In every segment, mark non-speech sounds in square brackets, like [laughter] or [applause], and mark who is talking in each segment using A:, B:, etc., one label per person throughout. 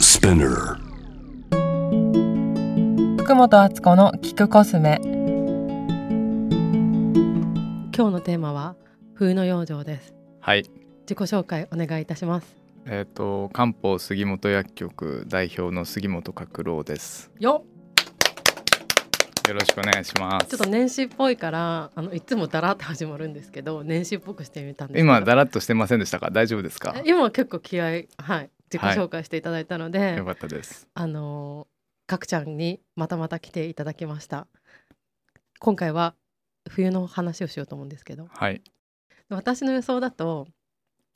A: Spinner.
B: 福本敦子の聞くコスメ
C: 今日のテーマは冬の養生です
D: はい、
C: 自己紹介お願いいたします
D: えっ、と漢方杉本薬局代表の杉本角郎です。
C: よっ
D: よろしくお願いします。
C: ちょっと年始っぽいからあのいつもだらって始まるんですけど年始っぽくしてみたんですけど
D: 今だらっとしてませんでしたか？大丈夫ですか
C: え？今は結構気合いはい自己紹介していただいたので、
D: よかったです。
C: あのーかくちゃんにまたまた来ていただきました今回は冬の話をしようと思うんですけど
D: はい。
C: 私の予想だと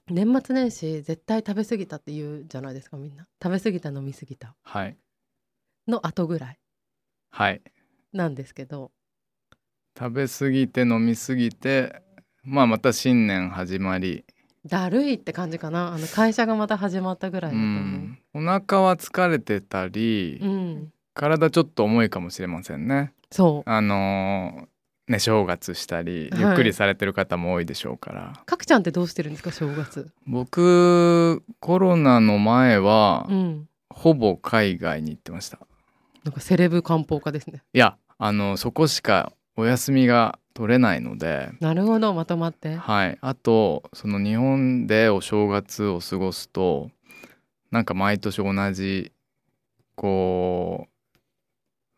C: 年末年始絶対食べ過ぎたって言うじゃないですかみんな食べ過ぎた飲み過ぎた
D: はい
C: の後ぐらい
D: はい。
C: なんですけど
D: 食べ過ぎて飲み過ぎて、まあまた新年始まり、
C: だるいって感じかなあの会社がまた始まったぐらいだと
D: う、
C: 思うん
D: お腹は疲れてたり、
C: うん、
D: 体ちょっと重いかもしれませんね。
C: そう
D: あのーね正月したり
C: はい
D: ゆっくりされてる方も多いでしょうから、
C: かくちゃんってどうしてるんですか正月
D: 僕コロナの前は、
C: うん
D: ほぼ海外に行ってました
C: なんかセレブ漢方家ですね
D: いやあのそこしかお休みが取れないので
C: なるほどまとまって
D: はいあとその日本でお正月を過ごすとなんか毎年同じこ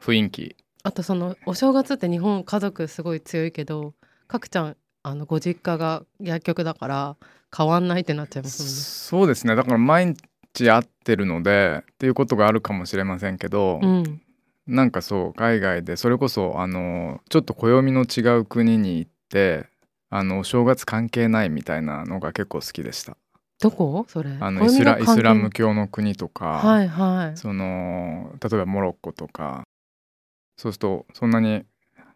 D: う雰囲気
C: あとそのお正月って日本家族すごい強いけどかくちゃんあのご実家が薬局だから変わんないってなっちゃいますもんね
D: そうですねだから毎日会ってるのでっていうことがあるかもしれませんけど、
C: うん、
D: なんかそう海外でそれこそあのちょっと暦の違う国に行ってあのお正月関係ないみたいなのが結構好きでした。
C: どこそれ
D: あのイ
C: 暦
D: スライ
C: 関係
D: スラム教の国とか、
C: はいはい
D: その例えばモロッコとかそうするとそんなに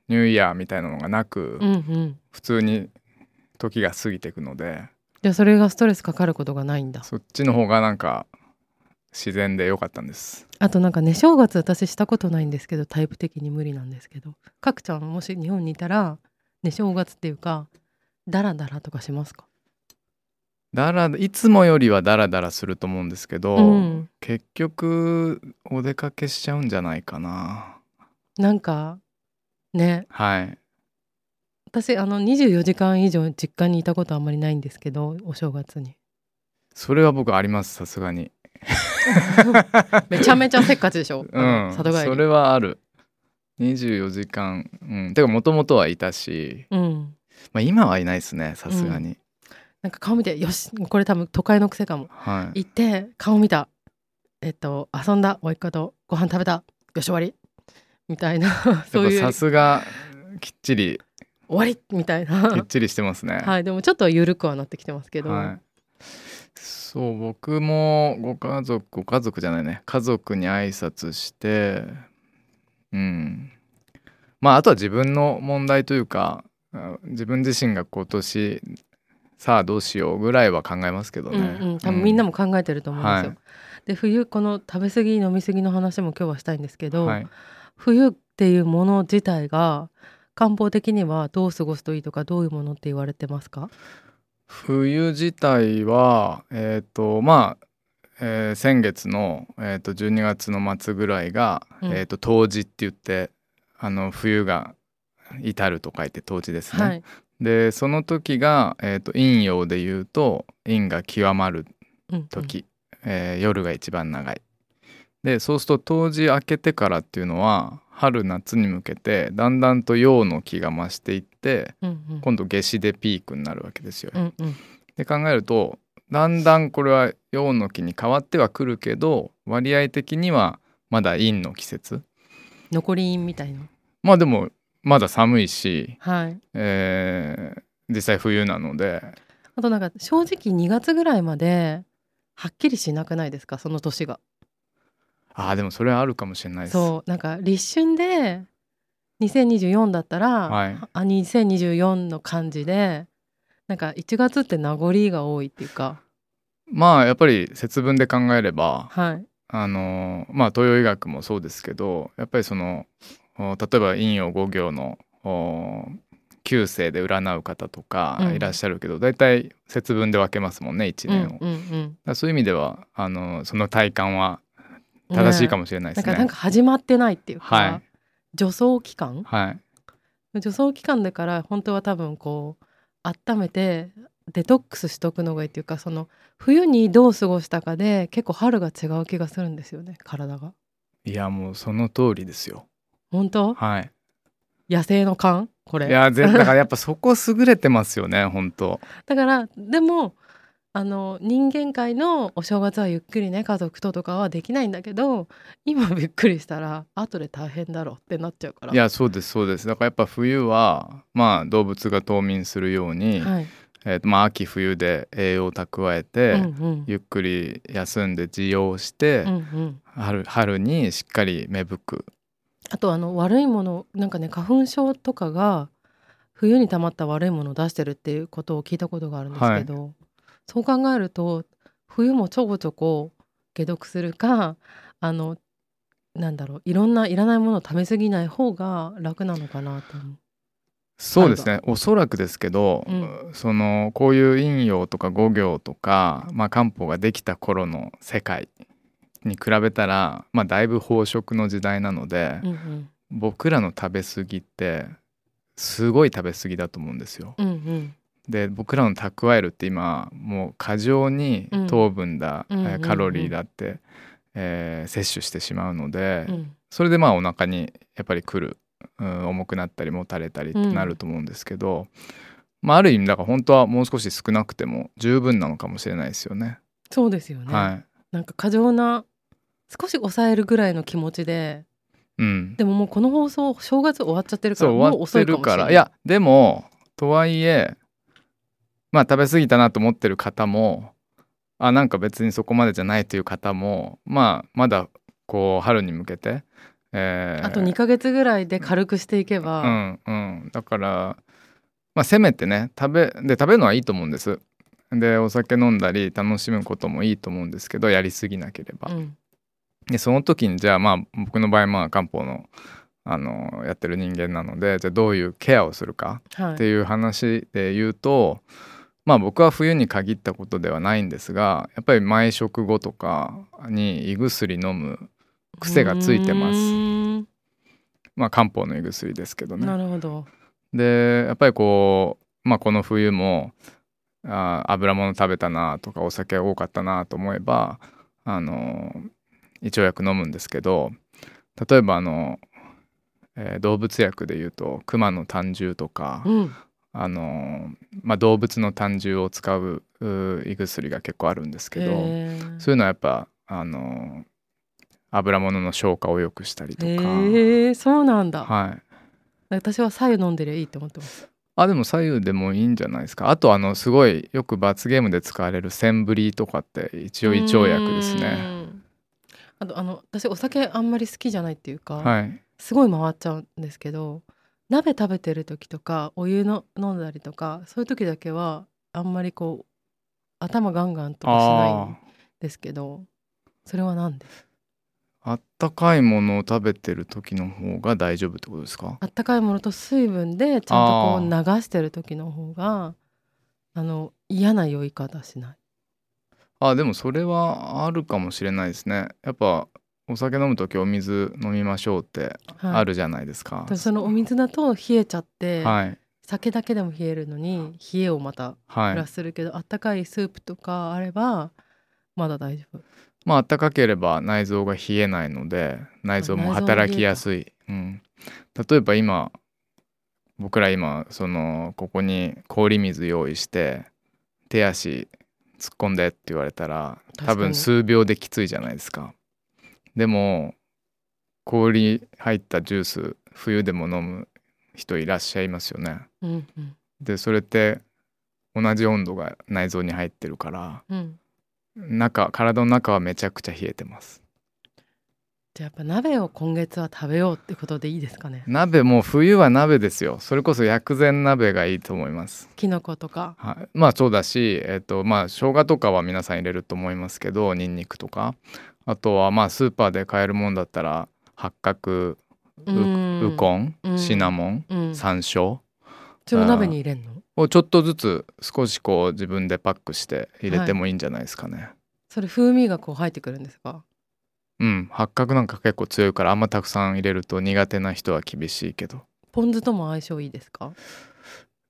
D: ニューイヤーみたいなのがなく、
C: うんうん
D: 普通に時が過ぎていくので
C: じゃあそれがストレスかかることがないんだ
D: そっちの方がなんか自然で良かったんです。
C: あとなんかね正月私したことないんですけどタイプ的に無理なんですけどかくちゃんもし日本にいたらね正月っていうかダラダラとかしますか
D: だらいつもよりはダラダラすると思うんですけど、
C: うん
D: 結局お出かけしちゃうんじゃないかな
C: なんかね
D: はい
C: 私あの24時間以上実家にいたことあんまりないんですけどお正月に
D: それは僕ありますさすがに
C: [laughs] めちゃめちゃせっかちでしょ、
D: [laughs] うん
C: 里帰り
D: それはある24時間うんてかもともとはいたし、
C: うん
D: まあ、今はいないですねさすがに、
C: なんか顔見てよしこれ多分都会の癖かも
D: はい
C: 行って顔見たえっと遊んだおいっ子とご飯食べたよし終わりみたいなそうい
D: やっ
C: う
D: ぱさすがきっちり
C: 終わりみたい
D: き
C: な
D: っちりしてますね
C: はいでもちょっと緩くはなってきてますけど、
D: はいそう僕もご家族ご家族じゃないね家族に挨拶してうんまああとは自分の問題というかあ自分自身が今年さあどうしようぐらいは考えますけど
C: う
D: ね、
C: んうん、多分みんなも考えてると思うんですよ。
D: はい
C: で冬この食べ過ぎ飲み過ぎの話も今日はしたいんですけど、
D: はい、
C: 冬っていうもの自体が漢方的にはどう過ごすといいとかどういうものって言われてますか、
D: 冬自体はえっ、とまあえー先月の、えー、と12月の末ぐらいが、
C: うん
D: えー、と冬至って言ってあの冬が至ると書いて冬至ですね、
C: はい、
D: でその時が、えー、と陰陽で言うと陰が極まる
C: うんうん、
D: 時、えー夜が一番長いでそうすると冬至明けてからっていうのは春夏に向けてだんだんと陽の気が増していって
C: うんうん
D: 今度夏至でピークになるわけですよ。
C: うんうん
D: で考えるとだんだんこれは陽の気に変わってはくるけど割合的にはまだ陰の季節
C: 残り陰みたいな
D: まあでもまだ寒いし、
C: はい
D: えー実際冬なので
C: あとなんか正直2月ぐらいまではっきりしなくないですかその年が
D: ああでもそれはあるかもしれないです。
C: そうなんか立春で2024だったら、
D: はい
C: あ2024の感じでなんか1月って名残が多いっていうか
D: まあやっぱり節分で考えれば
C: はい
D: あのまあ東洋医学もそうですけどやっぱりそのお例えば陰陽五行のお旧世で占う方とか
C: うん
D: いらっしゃるけど、大体節分で分けますもんね1
C: うん
D: 年を。だか
C: うんうん
D: らそういう意味ではあのその体感は正しいかもしれない
C: なん
D: です
C: か
D: ね。
C: なんか始まってないっていうか、
D: はい
C: 助走期間
D: はい
C: 助走期間だから本当は多分こう温めてデトックスしとくのがいいっていうかその冬にどう過ごしたかで結構春が違う気がするんですよね体が
D: いやもうその通りですよ。
C: 本当
D: はい。
C: 野生の感これ
D: いやぜだからやっぱそこ優れてますよね [laughs] 本当。
C: だからでもあの人間界のお正月はゆっくりね家族ととかはできないんだけど今びっくりしたら後で大変だろうってなっちゃうから
D: いやそうですそうです。だからやっぱ冬はまあ動物が冬眠するように、
C: はい、
D: えーとまあ秋冬で栄養を蓄えて、
C: うんうん
D: ゆっくり休んで需要して、
C: うんうん、
D: 春春にしっかり芽吹く。
C: あとあの悪いものなんかね花粉症とかが冬に溜まった悪いものを出してるっていうことを聞いたことがあるんですけど、そう考えると冬もちょこちょこ解毒するかあのなんだろういろんないらないものを食べ過ぎない方が楽なのかなと思う。
D: そうですねおそらくですけど、
C: う
D: そのこういう陰陽とか五行とか、まあ、漢方ができた頃の世界に比べたら、まあ、だいぶ飽食の時代なので、
C: うんうん
D: 僕らの食べ過ぎってすごい食べ過ぎだと思うんですよ。
C: うんうん
D: で僕らの蓄えるって今もう過剰に
C: うん
D: 糖分だ、
C: うんうんうん
D: えーカロリーだって、えー摂取してしまうので、
C: うん
D: それでまあお腹にやっぱり来る、うん重くなったりもたれたりってなると思うんですけど、まあある意味だから本当はもう少し少なくても十分なのかもしれないですよね。
C: そうですよね、
D: はい、
C: なんか過剰な少し抑えるぐらいの気持ちで
D: うん、
C: でももうこの放送正月終わっちゃってるか
D: そう
C: らも
D: 終
C: う
D: わっ
C: 遅
D: て
C: いか
D: る
C: もし
D: か
C: れ
D: ら
C: ない
D: いやでもとはいえまあ食べ過ぎたなと思ってる方もあなんか別にそこまでじゃないという方もまあまだこう春に向けて、えー
C: あと2ヶ月ぐらいで軽くしていけ
D: う
C: ば、
D: んうん、だから、まあ、せめてね食べで食べるのはいいと思うんですでお酒飲んだり楽しむこともいいと思うんですけどやりすぎなければ、
C: うん
D: でその時にじゃあまあ僕の場合まあ漢方のあのやってる人間なのでじゃあどういうケアをするか
C: は
D: っていう話で言うと、まあ僕は冬に限ったことではないんですがやっぱり毎食後とかに胃薬飲む
C: い、
D: 癖がついてます
C: うーん
D: まあ漢方の胃薬ですけどね
C: なるほど、
D: でやっぱりこう、まあ、この冬もあー油物食べたなとかお酒多かったなと思えばあの胃腸薬飲むんですけど例えばあの、えー動物薬でいうと熊の胆汁とか、
C: うん、
D: あのまあ、動物の胆汁を使ううー胃薬が結構あるんですけど、
C: へー
D: そういうのはやっぱあの油物の消化を良くしたりとか、
C: へーそうなんだ、
D: はい、
C: 私は白湯飲んでりゃいいと思ってます
D: あでも左右でもいいんじゃないですかあとあのすごいよく罰ゲームで使われるセンブリとかって一応胃腸薬です
C: う
D: ね
C: ーんあとあの私お酒あんまり好きじゃないっていうか、
D: はい
C: すごい回っちゃうんですけど鍋食べてる時とかお湯の飲んだりとかそういう時だけはあんまりこう頭ガンガンとかしないん
D: あ
C: ですけどそれはなんで
D: ああったかいものを食べてる時の方が大丈夫ってことですか
C: あったかいものと水分でちゃんと
D: あ
C: こう流してる時の方があの嫌な酔い方しない。
D: あでもそれはあるかもしれないですねやっぱお酒飲む時お水飲みましょうって
C: はい
D: あるじゃないですか、
C: でそのお水だと冷えちゃって、
D: はい
C: 酒だけでも冷えるのに冷えをまた
D: は
C: プラ
D: い
C: スするけど、あったかいスープとかあればまだ大丈夫。
D: まああったかければ内臓が冷えないので内臓も働きやすい、うん、例えば今僕ら今そのここに氷水用意して手足突っ込んでって言われたら
C: 確か
D: 多
C: に
D: 分数秒できついじゃないですかでも氷入ったジュース冬でも飲む人いらっしゃいますよね
C: うんうん
D: でそれって同じ温度が内臓に入ってるから
C: うん
D: 中体の中はめちゃくちゃ冷えてます
C: じゃあやっぱ鍋を今月は食べようってことでいいですかね。
D: 鍋もう冬は鍋ですよそれこそ薬膳鍋がいいと思います
C: きのことか。
D: はい、まあそうだしえっ、とまあ生姜とかは皆さん入れると思いますけどニンニクとかあとはまあスーパーで買えるもんだったら八角
C: う
D: ウ
C: ん。
D: コン
C: うん
D: シナモン
C: うん。
D: 山椒
C: それを鍋に入れんの？
D: をちょっとずつ少しこう自分でパックして入れてもいいんじゃないですかね、
C: それ風味がこう入ってくるんですか？
D: うん八角なんか結構強いからあんまたくさん入れると苦手な人は厳しいけど
C: ポン酢とも相性いいですか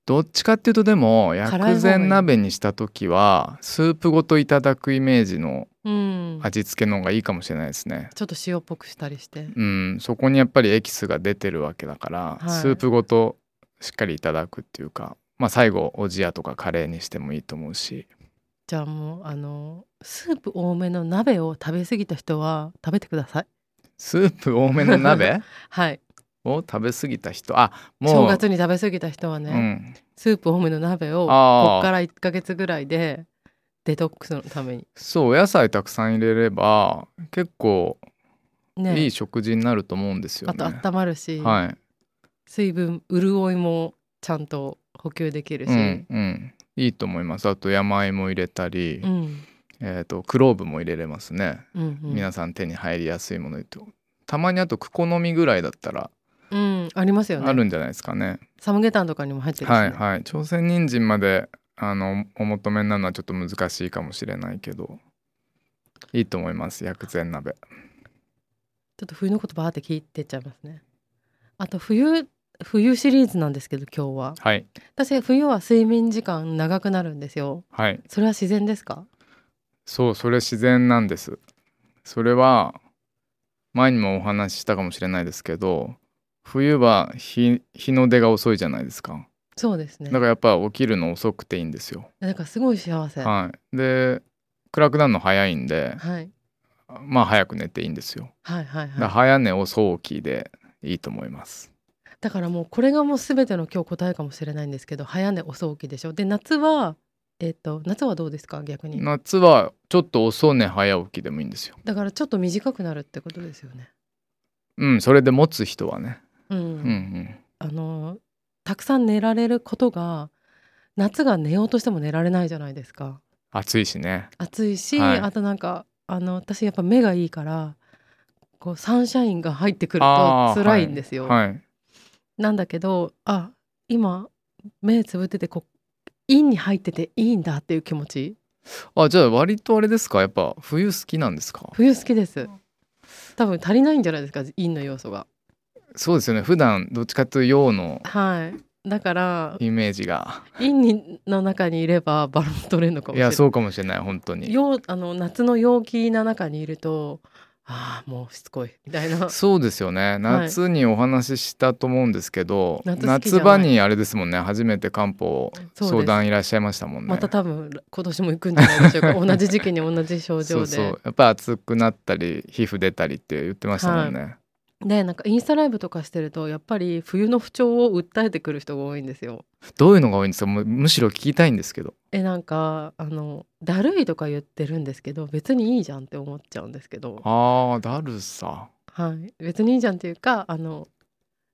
D: どっちかっていうとでも
C: い方がいい
D: 薬膳鍋にした時はスープごといただくイメージの
C: うん
D: 味付けの方がいいかもしれないですね
C: ちょっと塩っぽくしたりして
D: うんそこにやっぱりエキスが出てるわけだから、
C: はい
D: スープごとしっかりいただくっていうかまあ最後おじやとかカレーにしてもいいと思うし
C: じゃあもうあのスープ多めの鍋を食べ過ぎた人は食べてください
D: スープ多めの
C: [laughs]
D: 鍋
C: はい
D: を食べ過ぎた人あもう
C: 正月に食べ過ぎた人はね、
D: うん、
C: スープ多めの鍋を
D: あー
C: こっから1ヶ月ぐらいでデトックスのために
D: そうお野菜たくさん入れれば結構
C: ね
D: いい食事になると思うんですよ
C: あ
D: ね。
C: と温まるし、
D: はい、
C: 水分潤いもちゃんと補給できるし、
D: うんうん、いいと思いますあと山芋入れたり、
C: うん
D: えー、とクローブも入れれますね、
C: うんうん
D: 皆さん手に入りやすいものでとたまにあとクコの実ぐらいだったら
C: うん、ありますよね
D: あるんじゃないですかね
C: サムゲタンとかにも入ってるしね、
D: はいはい朝鮮人参まであのお求めになるのはちょっと難しいかもしれないけどいいと思います薬膳鍋
C: ちょっと冬のことバーって聞いてっちゃいますねあと冬冬シリーズなんですけど今日は
D: はい
C: 私冬は睡眠時間長くなるんですよ
D: はい
C: それは自然ですか
D: そうそれ自然なんですそれは前にもお話ししたかもしれないですけど冬は日日の出が遅いじゃないですか
C: そうですね
D: だからやっぱ起きるの遅くていいんですよ、
C: なんかすごい幸せは
D: はい、で暗くなるの早いんで
C: い、はい
D: まあ早く寝ていいんですよ
C: はいはい
D: だから早寝遅起きでいいと思います
C: だからもうこれがもう全ての今日答えかもしれないんですけど早寝遅起きでしょで夏はえっ、と夏はどうですか逆に
D: 夏はちょっと遅寝早起きでもいいんですよ
C: だからちょっと短くなるってことですよね
D: うんそれで持つ人はね
C: うん、
D: うんうん
C: あのたくさん寝られることが夏が寝ようとしても寝られないじゃないですか
D: 暑いしね
C: 暑いし、
D: はい
C: あとなんかあの私やっぱ目がいいからこうサンシャインが入ってくると
D: あー
C: 辛いんですよ、
D: はい
C: なんだけどあ今目つぶっててこう陰に入ってていいんだっていう気持ち
D: あじゃあ割とあれですかやっぱ冬好きなんですか
C: 冬好きです多分足りないんじゃないですか陰の要素が
D: そうですよね普段どっちかというと陽の
C: はいだから
D: イメージが
C: 陰にの中にいればバランス取れるのかも
D: い
C: しれな
D: や
C: い
D: そうかもしれない本当に
C: ようあの夏の陽気な中にいるとああもうしつこいみたいな
D: そうですよね夏にお話ししたと思うんですけど、
C: 夏好きじゃない
D: 夏場にあれですもんね初めて漢方
C: す
D: 相談いらっしゃいましたもんね
C: また多分今年も行くんじゃないでしょうか
D: [laughs]
C: 同じ時期に同じ症状
D: そ
C: で
D: うそうやっぱ暑くなったり皮膚出たりって言ってましたもんね、
C: でなんかインスタライブとかしてるとやっぱり冬の不調を訴えてくる人が多いんですよ
D: どういうのが多いんですかむむしろ聞きたいんですけど
C: えなんかあのだるいとか言ってるんですけど別にいいじゃんって思っちゃうんですけど
D: あーだるさ
C: はい、別にいいじゃんっていうかあの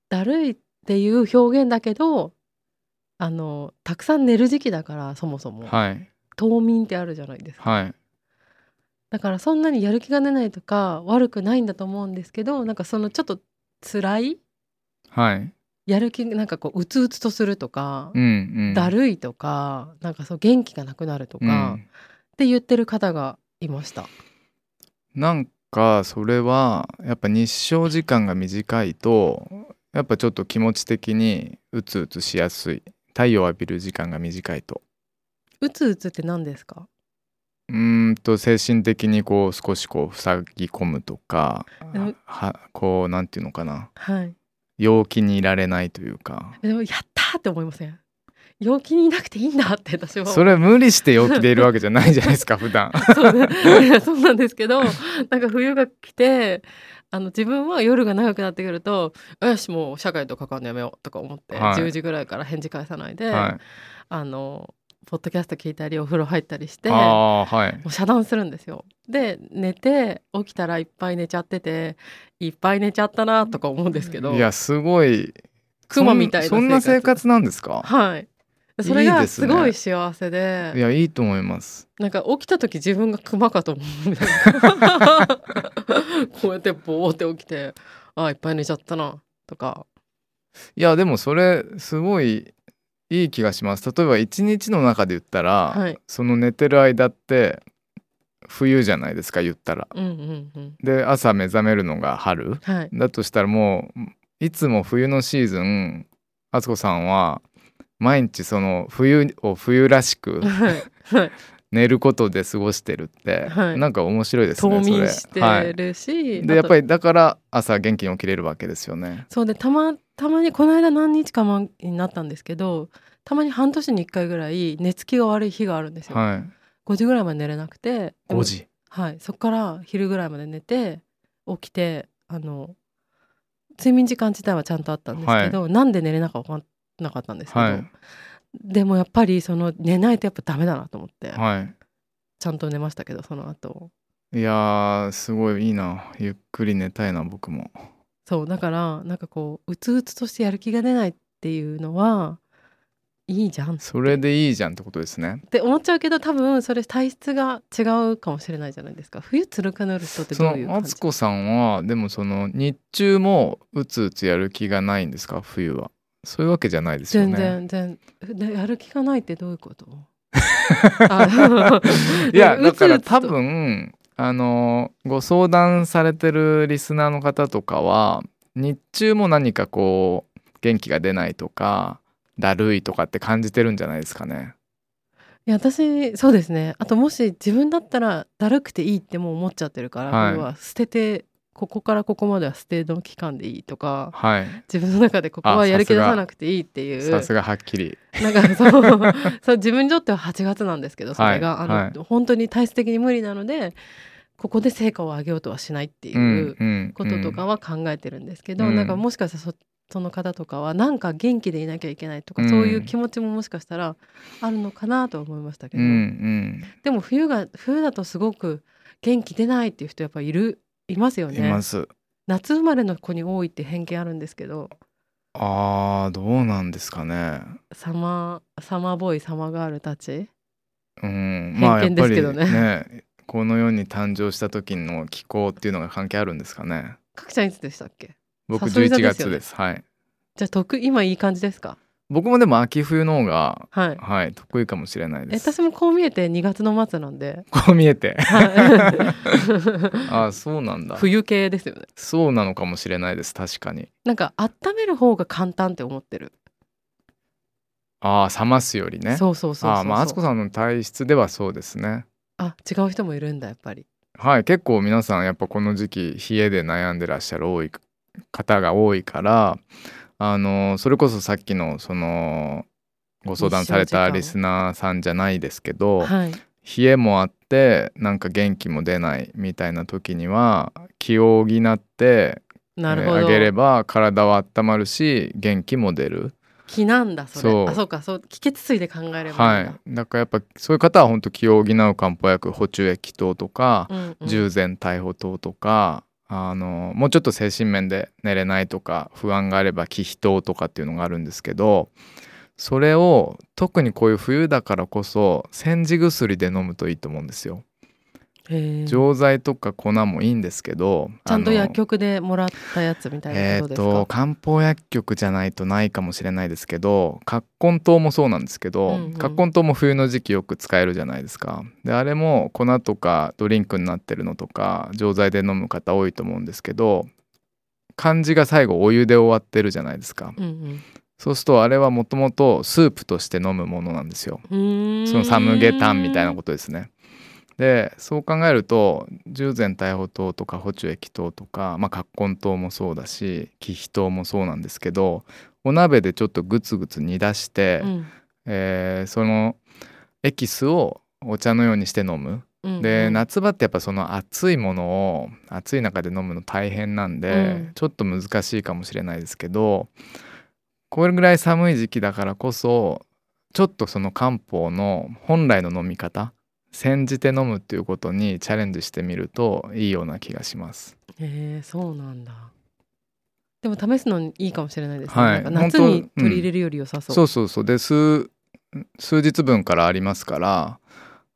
C: だるいっていう表現だけどあのたくさん寝る時期だからそもそも、
D: はい
C: 冬眠ってあるじゃないですか、
D: はい
C: だからそんなにやる気が出ないとか悪くないんだと思うんですけどなんかそのちょっと辛い
D: はい
C: やる気なんかこううつうつとするとか
D: う、んうん
C: だるいとかなんかそう元気がなくなるとか、
D: うん
C: って言ってる方がいました。
D: なんかそれはやっぱ日照時間が短いとやっぱちょっと気持ち的にうつうつしやすい太陽を浴びる時間が短いと
C: うつうつって何ですか
D: うーんと精神的にこう少しこう塞ぎ込むとか
C: うん
D: はこうなんていうのかな
C: はい
D: 陽気にいられないというか
C: でもやったーって思いません陽気にいなくていいんだって私は思う
D: それ無理して陽気でいるわけじゃないじゃないですか
C: [laughs]
D: 普段
C: そうねそう [laughs] なんですけどなんか冬が来てあの自分は夜が長くなってくるとよしもう社会と関わるのやめようとか思って、
D: はい
C: 10時ぐらいから返事返さないで、
D: はい
C: あのポッドキャスト聞いたりお風呂入ったりしても
D: あーはいう
C: 遮断するんですよ。で寝て起きたらいっぱい寝ちゃってていっぱい寝ちゃったなとか思うんですけど
D: いやすごい
C: クマみたいな
D: そんそんな生活なんですか
C: はいそれ
D: いい
C: が
D: です
C: す
D: ね
C: ごい幸せで
D: いやいいと思います
C: なんか起きた時自分が熊かと思うみたいなこうやってボーって起きてあーいっぱい寝ちゃったなとか
D: いやでもそれすごいいい気がします例えば一日の中で言ったら、
C: はい
D: その寝てる間って冬じゃないですか言ったら。
C: うんうんうん。
D: で朝目覚めるのが春
C: はい。
D: だとしたらもういつも冬のシーズン敦子さんは毎日その冬を冬らしく
C: はい。はい。
D: 寝ることで過ごしてるって、
C: はい
D: なんか面白いですね
C: 冬
D: それ。
C: 眠してるし、
D: い、でやっぱ
C: り
D: りだから朝元気に起きれるわけですよね。
C: そうでたまたまにこの間何日か前になったんですけどたまに半年に1回ぐらい寝つきが悪い日があるんですよ、
D: は
C: 5時ぐらいまで寝れなくて
D: い、
C: でも
D: 5時
C: はいそこから昼ぐらいまで寝て起きてあの睡眠時間自体はちゃんとあったんですけど、なんで寝れなかわかんなかったんですけど、
D: はい
C: でもやっぱりその寝ないとやっぱダメだなと思って、
D: は
C: ちゃんと寝ましたけどその後
D: い。いやーすごいいいなゆっくり寝たいな僕も。
C: そうだからなんかこううつうつとしてやる気が出ないっていうのはいいじゃんっ
D: それでいいじゃんってことですね。
C: て思っちゃうけど多分それ体質が違うかもしれないじゃないですか冬つるくなる人って
D: そ
C: どういう
D: の
C: 感
D: 敦
C: じ
D: 子さんはでもその日中もうつうつやる気がないんですか冬は。そういうわけじゃないですよね。
C: 全然全然でやる気がないってどういうこと [laughs] あ
D: [laughs] いや
C: うつう
D: だ
C: つと
D: から多分あのご相談されてるリスナーの方とかは日中も何かこう元気が出ないとかだるいとかって感じてるんじゃないですかね。
C: いや私そうですねあともし自分だったらだるくていいってもう思っちゃってるから、
D: はい
C: 冬は捨ててここからここまでは捨ての期間でいいとか
D: はい。
C: 自分の中でここ
D: あ
C: はやる気
D: さす
C: 出
D: が
C: さなくていいっていう
D: さすがはっきり。
C: なんかそうそう自分にとっては8月なんですけ
D: [laughs]
C: どそれが、
D: はい
C: あの本当に体質的に無理なのでここで成果を上げようとはしないっていううこととかは考えてるんですけど、
D: うん
C: なんかもしかしたらそその方とかはなんか元気でいなきゃいけないとか、
D: うん
C: そういう気持ちももしかしたらあるのかなとは思いましたけ
D: う
C: ど、
D: んうん
C: でも冬が冬だとすごく元気出ないっていう人やっぱいるいますよ
D: うん
C: ね
D: います。
C: 夏生まれの子に多いって偏見あるんですけど
D: あーどうなんですかね。
C: サマーサマーボーイサマーガールたち
D: うん、
C: 見
D: まあやっぱ
C: ですけ
D: り
C: どね
D: ねこの世に誕生した時の気候っていうのが関係あるんですかね
C: かくちゃんいつでしたっけ
D: 僕
C: さそり座
D: 11
C: ですよ
D: 月
C: ね
D: ですはい
C: じゃあ得今いい感じですか
D: 僕もでも秋冬の方が
C: はい
D: はい得意かもしれない
C: え
D: です
C: 私もこう見えて2月の末なんで、
D: こう見
C: [laughs]
D: えて
C: はい
D: ああそうなんだ
C: 冬系ですよね
D: そうなのかもしれないです確かに
C: なんか温める方が簡単って思ってる、
D: ああ冷ますよりね
C: そうそうそうそう
D: ああまあ敦子さんの体質ではそうですね
C: あ違う人もいるんだやっぱり
D: はい結構皆さんやっぱこの時期冷えで悩んでらっしゃる多い方が多いからあのそれこそさっきのそのご相談されたリスナーさんじゃないですけど
C: はい
D: 冷えもあってなんか元気も出ないみたいな時には気を補って
C: なるほど、
D: えーあげれば体は温まるし元気も出る
C: 気なんだそれ
D: そう
C: あそうかそう気血水で考えればいいんだ、
D: はいだからやっぱそういう方は本当気を補う漢方薬補中液等とか、
C: うんうん
D: 従前逮捕等とかあのもうちょっと精神面で寝れないとか不安があれば気費等とかっていうのがあるんですけどそれを特にこういう冬だからこそ煎じ薬で飲むといいと思うんですよ。
C: へえち
D: 錠剤とか粉もいいんですけど
C: ゃんと
D: あの
C: 薬局でもらったやつみたい
D: え
C: なこと
D: っ、
C: ですか、
D: と漢方薬局じゃないとないかもしれないですけど葛根湯もそうなんですけど
C: うんうん
D: 葛根湯も冬の時期よく使えるじゃないですかであれも粉とかドリンクになってるのとか錠剤で飲む方多いと思うんですけど漢字が最後お湯で終わってるじゃないですか
C: うん
D: そうするとあれはもともとスープとして飲むものなんですよ
C: うん、うーん
D: そのサムゲタンみたいなことですね。でそう考えると従前逮捕糖とか補中液糖とか、まあ、葛根糖もそうだし気肥糖もそうなんですけどお鍋でちょっとグツグツ煮出して、
C: うん
D: えーそのエキスをお茶のようにして飲む。
C: うんうん
D: で夏場ってやっぱその熱いものを熱い中で飲むの大変なんで、
C: うん
D: ちょっと難しいかもしれないですけどこれぐらい寒い時期だからこそちょっとその漢方の本来の飲み方煎じて飲むっていうことにチャレンジしてみるといいような気がします。
C: へえそうなんだでも試すのにいいかもしれないですね、
D: は
C: な
D: い
C: んか夏
D: 本当
C: に取り入れるより良さそう,、
D: そうそうそうで数数日分からありますから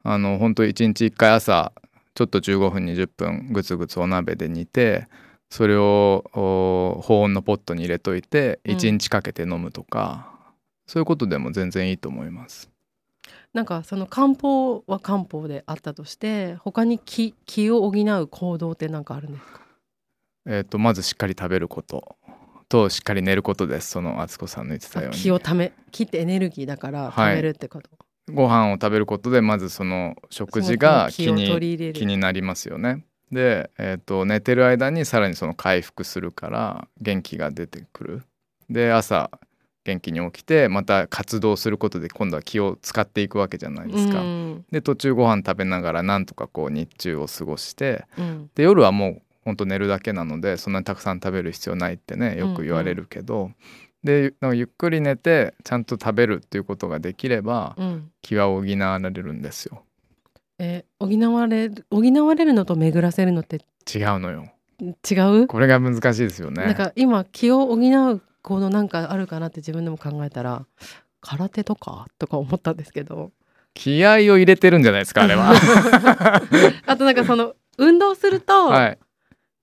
D: あの本当一日一回朝ちょっと15分20分ぐつぐつお鍋で煮てそれをお保温のポットに入れといて
C: うん
D: 一日かけて飲むとか、そういうことでも全然いいと思います。
C: なんかその漢方は漢方であったとして他に気気を補う行動って何かあるんですか
D: えっ、とまずしっかり食べることとしっかり寝ることですその敦子さんの言ってたように
C: 気をため気ってエネルギーだから
D: はい
C: 貯めるってこと、
D: ご飯を食べることでまずその食事が
C: その
D: 気
C: 気を取
D: に
C: り入れる
D: 気になりますよね。で、えー、と寝てる間にさらにその回復するから元気が出てくる。で朝元気に起きてまた活動することで今度は気を使っていくわけじゃないですか。
C: うん
D: で途中ご飯食べながらなんとかこう日中を過ごして
C: うん
D: で夜はもうほんと寝るだけなのでそんなにたくさん食べる必要ないってねよく言われるけど、でなんかゆっくり寝てちゃんと食べるっていうことができれば
C: うん
D: 気は補われるんですよ
C: えー補われる補われるのと巡らせるのって
D: 違うのよ
C: 違う、
D: これが難しいですよ
C: なん
D: ね
C: か今気を補う行動なんかあるかなって自分でも考えたら空手とかとか思ったんですけど
D: 気合を入れてるんじゃない
C: [laughs]
D: ですかあれは
C: あとなんかその運動すると
D: はい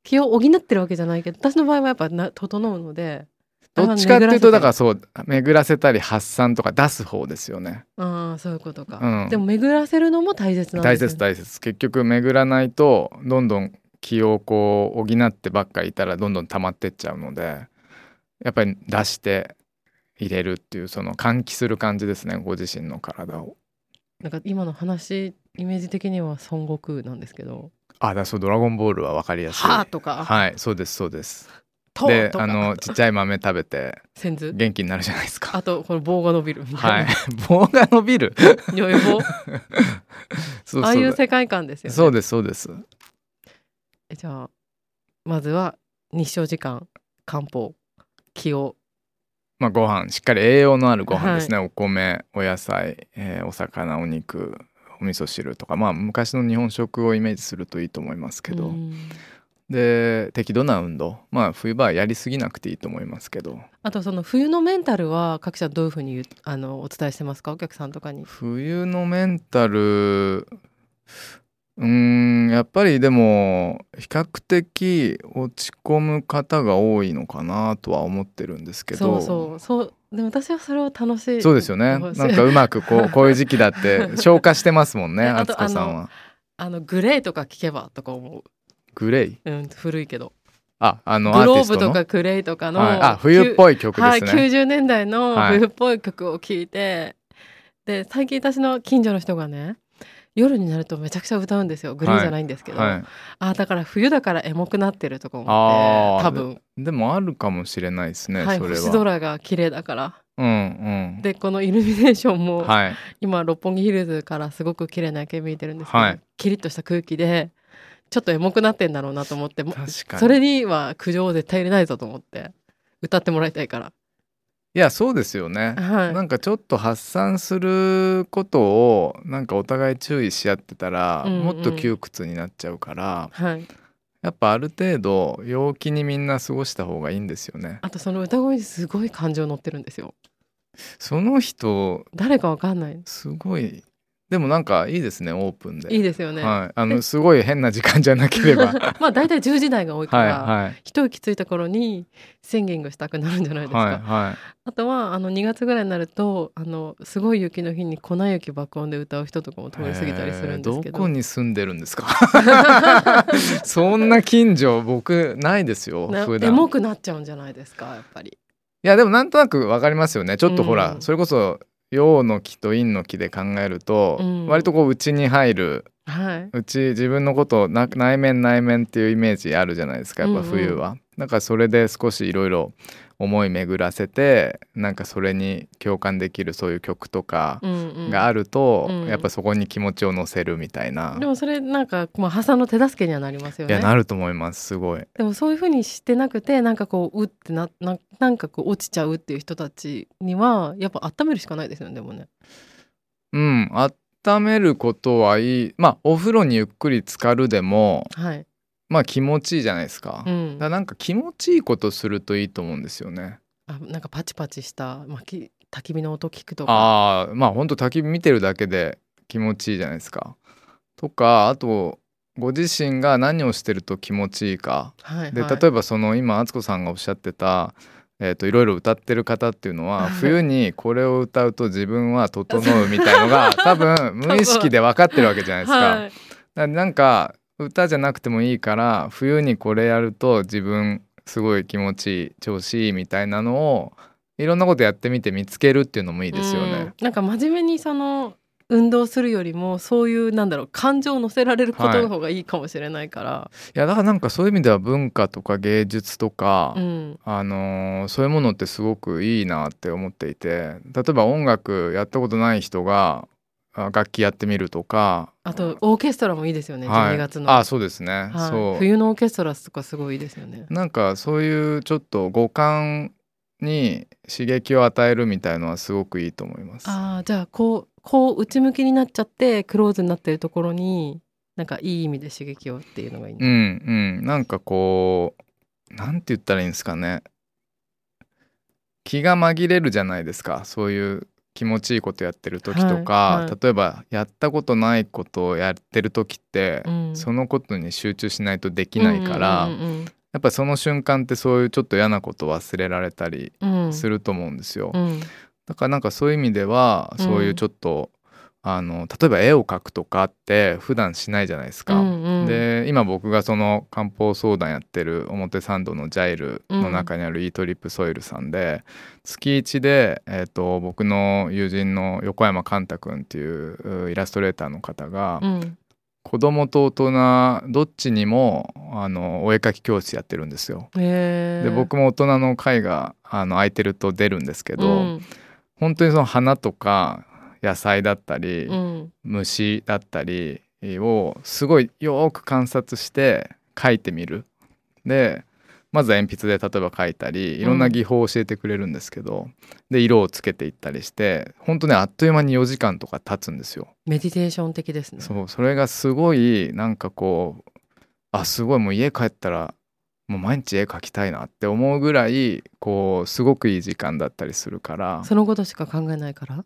C: 気を補ってるわけじゃないけど私の場合はやっぱな整うので
D: どっちかっていうとだから
C: ら
D: そう巡らせたり発散とか出す方ですよね
C: ああそういうことか、
D: うん
C: でも巡らせるのも大切なんで
D: 大
C: すよね
D: 切大切結局巡らないとどんどん気をこう補ってばっかりいたらどんどん溜まってっちゃうのでやっぱり出して入れるっていうその換気する感じですねご自身の体を
C: なんか今の話イメージ的には孫悟空なんですけど
D: あだそう「ドラゴンボール」は分か
C: 「
D: りやすい
C: はあ」とか
D: はいそうですそうです
C: 「と」
D: で
C: とか
D: あのちっちゃい豆食べて
C: 先ず
D: 元気になるじゃないですか
C: あとこの棒が伸びるみた
D: はいい [laughs]
C: な
D: 棒が伸びる
C: [laughs] 如意
D: [laughs]
C: 棒
D: そうそう
C: ああいう世界観ですよね
D: そうですそうです
C: えじゃあまずは日照時間漢方気を
D: まあ、ご飯しっかり栄養のあるご飯ですね、お米お野菜、えーお魚お肉お味噌汁とかまあ昔の日本食をイメージするといいと思いますけど、
C: うん
D: で適度な運動まあ冬場はやりすぎなくていいと思いますけど
C: あとその冬のメンタルは各社どういうふうに言うあのお伝えしてますかお客さんとかに。
D: 冬のメンタルうーんやっぱりでも比較的落ち込む方が多いのかなとは思ってるんですけど
C: そうそうそうでも私はそれを楽しい
D: そうですよねなんかうまくこ
C: [laughs]
D: うこういう時期だって消化してますもんね
C: あと
D: 敦子さんは。
C: あのグレーとか聞けばとか思う、
D: グレイ
C: うん、古いけど
D: あ、あの
C: グ
D: アー
C: ロ
D: ティ
C: ー
D: ス
C: ブ
D: ト
C: と
D: の。
C: かグレーとかの、
D: はい、あ、冬っぽい曲
C: はい、
D: ですね。
C: 90年代の
D: はい
C: 冬っぽい曲を聴いて、で最近私の近所の人がね夜になるとめちゃくちゃ歌うんですよグレーじゃないんですけど、
D: はい。
C: あだから冬だからエモくなってるとか思っ
D: あー
C: て多分、
D: でもあるかもしれないですね。
C: はい、
D: それ
C: 星
D: は。
C: 空が綺麗だから
D: うんうん。
C: でこのイルミネーションも、
D: はい。
C: 今六本木ヒルズからすごく綺麗な夜景見えてるんですけど、
D: はい
C: キリッとした空気でちょっとエモくなってんだろうなと思っても
D: 確かに。
C: それには苦情を絶対入れないぞと思って歌ってもらいたいから。
D: いや、そうですよね。
C: はい
D: なんかちょっと発散することをなんかお互い注意し合ってたら、
C: うんうん
D: もっと窮屈になっちゃうから
C: はい、
D: やっぱある程度陽気にみんな過ごした方がいいんですよね
C: あとその歌声にすごい感情乗ってるんですよ
D: その人
C: 誰かわかんない
D: すごいでもなんかいいですねオープンで
C: いいですよね、
D: はい、あのすごい変な時間じゃなけ
C: [laughs]
D: ればはい
C: まあ大体10時台が多いから、
D: はい
C: 一息ついた頃にシンギングしたくなるんじゃないですか、
D: はいは
C: あとはあの2月ぐらいになるとあのすごい雪の日に粉雪爆音で歌う人とかも通
D: い。
C: り過ぎたりするんですけ
D: えー
C: ど,、
D: こに住んでるん
C: [laughs]
D: ですか。そんな近所僕ないですよ。
C: な
D: 普
C: エ
D: 段。
C: モ
D: い
C: くなっちゃうんじゃないですかやっぱり。
D: やでもなんとなくわかりますよね。ちょっとほら、
C: うん
D: それこそ陽の木と陰の木で考えると、
C: うん
D: 割とこう内に入る、
C: はい。
D: うち自分のことをな内面内面っていうイメージあるじゃないですか。やっぱ冬は。だからそれで少しいろいろ思い巡らせてなんかそれに共感できるそういう曲とか
C: うんうん、
D: があると、
C: うん
D: やっぱそこに気持ちを乗せるみたいな、
C: でもそれなんかまあ破産の手助けにはなりますよ
D: いや
C: ね。
D: なると思いますすごい
C: でもそういうふうにしてなくてなんかこううってなななんかこう落ちちゃうっていう人たちにはやっぱ温めるしかないですよねでもね。
D: うん温めることはいいまあお風呂にゆっくり浸かるでも
C: はい。
D: まあ気持ちいいじゃないですか,、
C: う
D: だか
C: ん。
D: らなんか気持ちいいことするといいと思うんですよね
C: あなんかパチパチしたまあき焚き火の音聞くとか。
D: ああまあほんと焚き火見てるだけで気持ちいいじゃないですかとかあとご自身が何をしてると気持ちいいか
C: はい、
D: で
C: はい
D: 例えばその今敦子さんがおっしゃってたえー、といろいろ歌ってる方っていうのは
C: はい
D: 冬にこれを歌うと自分は整うみたいの
C: [laughs]
D: が多分無意識で分かってるわけじゃないですか。
C: はい
D: だなんか歌じゃなくてもいいから冬にこれやると自分すごい気持ちいい調子いいみたいなのをいろんなことやってみて見つけるっていうのもいいですよね。
C: うんなんか真面目にその運動するよりもそういうなんだろう感情を乗せられることの方がいいかもしれないから、
D: いやだからなんかそういう意味では文化とか芸術とか、
C: うん、
D: あのーそういうものってすごくいいなって思っていて例えば音楽やったことない人があ楽器やってみるとか
C: あとオーケストラもいいですよね、
D: はい
C: 12月の
D: あそうですね、
C: はい
D: そう
C: 冬のオーケストラとかすごいいいですよね。
D: なんかそういうちょっと五感に刺激を与えるみたいのはすごくいいと思います。
C: ああじゃあこうこう内向きになっちゃってクローズになってるところになんかいい意味で刺激をっていうのがいい、
D: うんうんなんかこうなんて言ったらいいんですかね気が紛れるじゃないですかそういう気持ちいいことやってる時とか、
C: はいはい
D: 例えばやったことないことをやってる時って、
C: うん
D: そのことに集中しないとできないから、
C: うんうん
D: やっぱその瞬間ってそういうちょっと嫌なこと忘れられたり
C: うんうん
D: すると思うんですよ。
C: うん
D: だからなんかそういう意味では
C: うん
D: そういうちょっと、あの例えば絵を描くとかって普段しないじゃないですか。
C: うんうん
D: で今僕がその漢方相談やってる表参道のジャイルの中にあるイートリップソイルさんで、月1で、えー、と僕の友人の横山寛太君っていううイラストレーターの方が、
C: うん
D: 子供と大人どっちにもあのお絵描き教室やってるんですよ。
C: へー
D: で僕も大人の会があの空いてると出るんですけど、
C: うん
D: 本当にその花とか野菜だったり、
C: うん
D: 虫だったりをすごいよーく観察して描いてみる。でまずは鉛筆で例えば描いたりいろんな技法を教えてくれるんですけど、で色をつけていったりして本当ねあっという間に4時間とか経つんですよ。
C: メディテーション的ですね。
D: そうそれがすごいなんかこうあすごいもう家帰ったらもう毎日絵描きたいなって思うぐらいこうすごくいい時間だったりするから
C: そのことしか考えないから。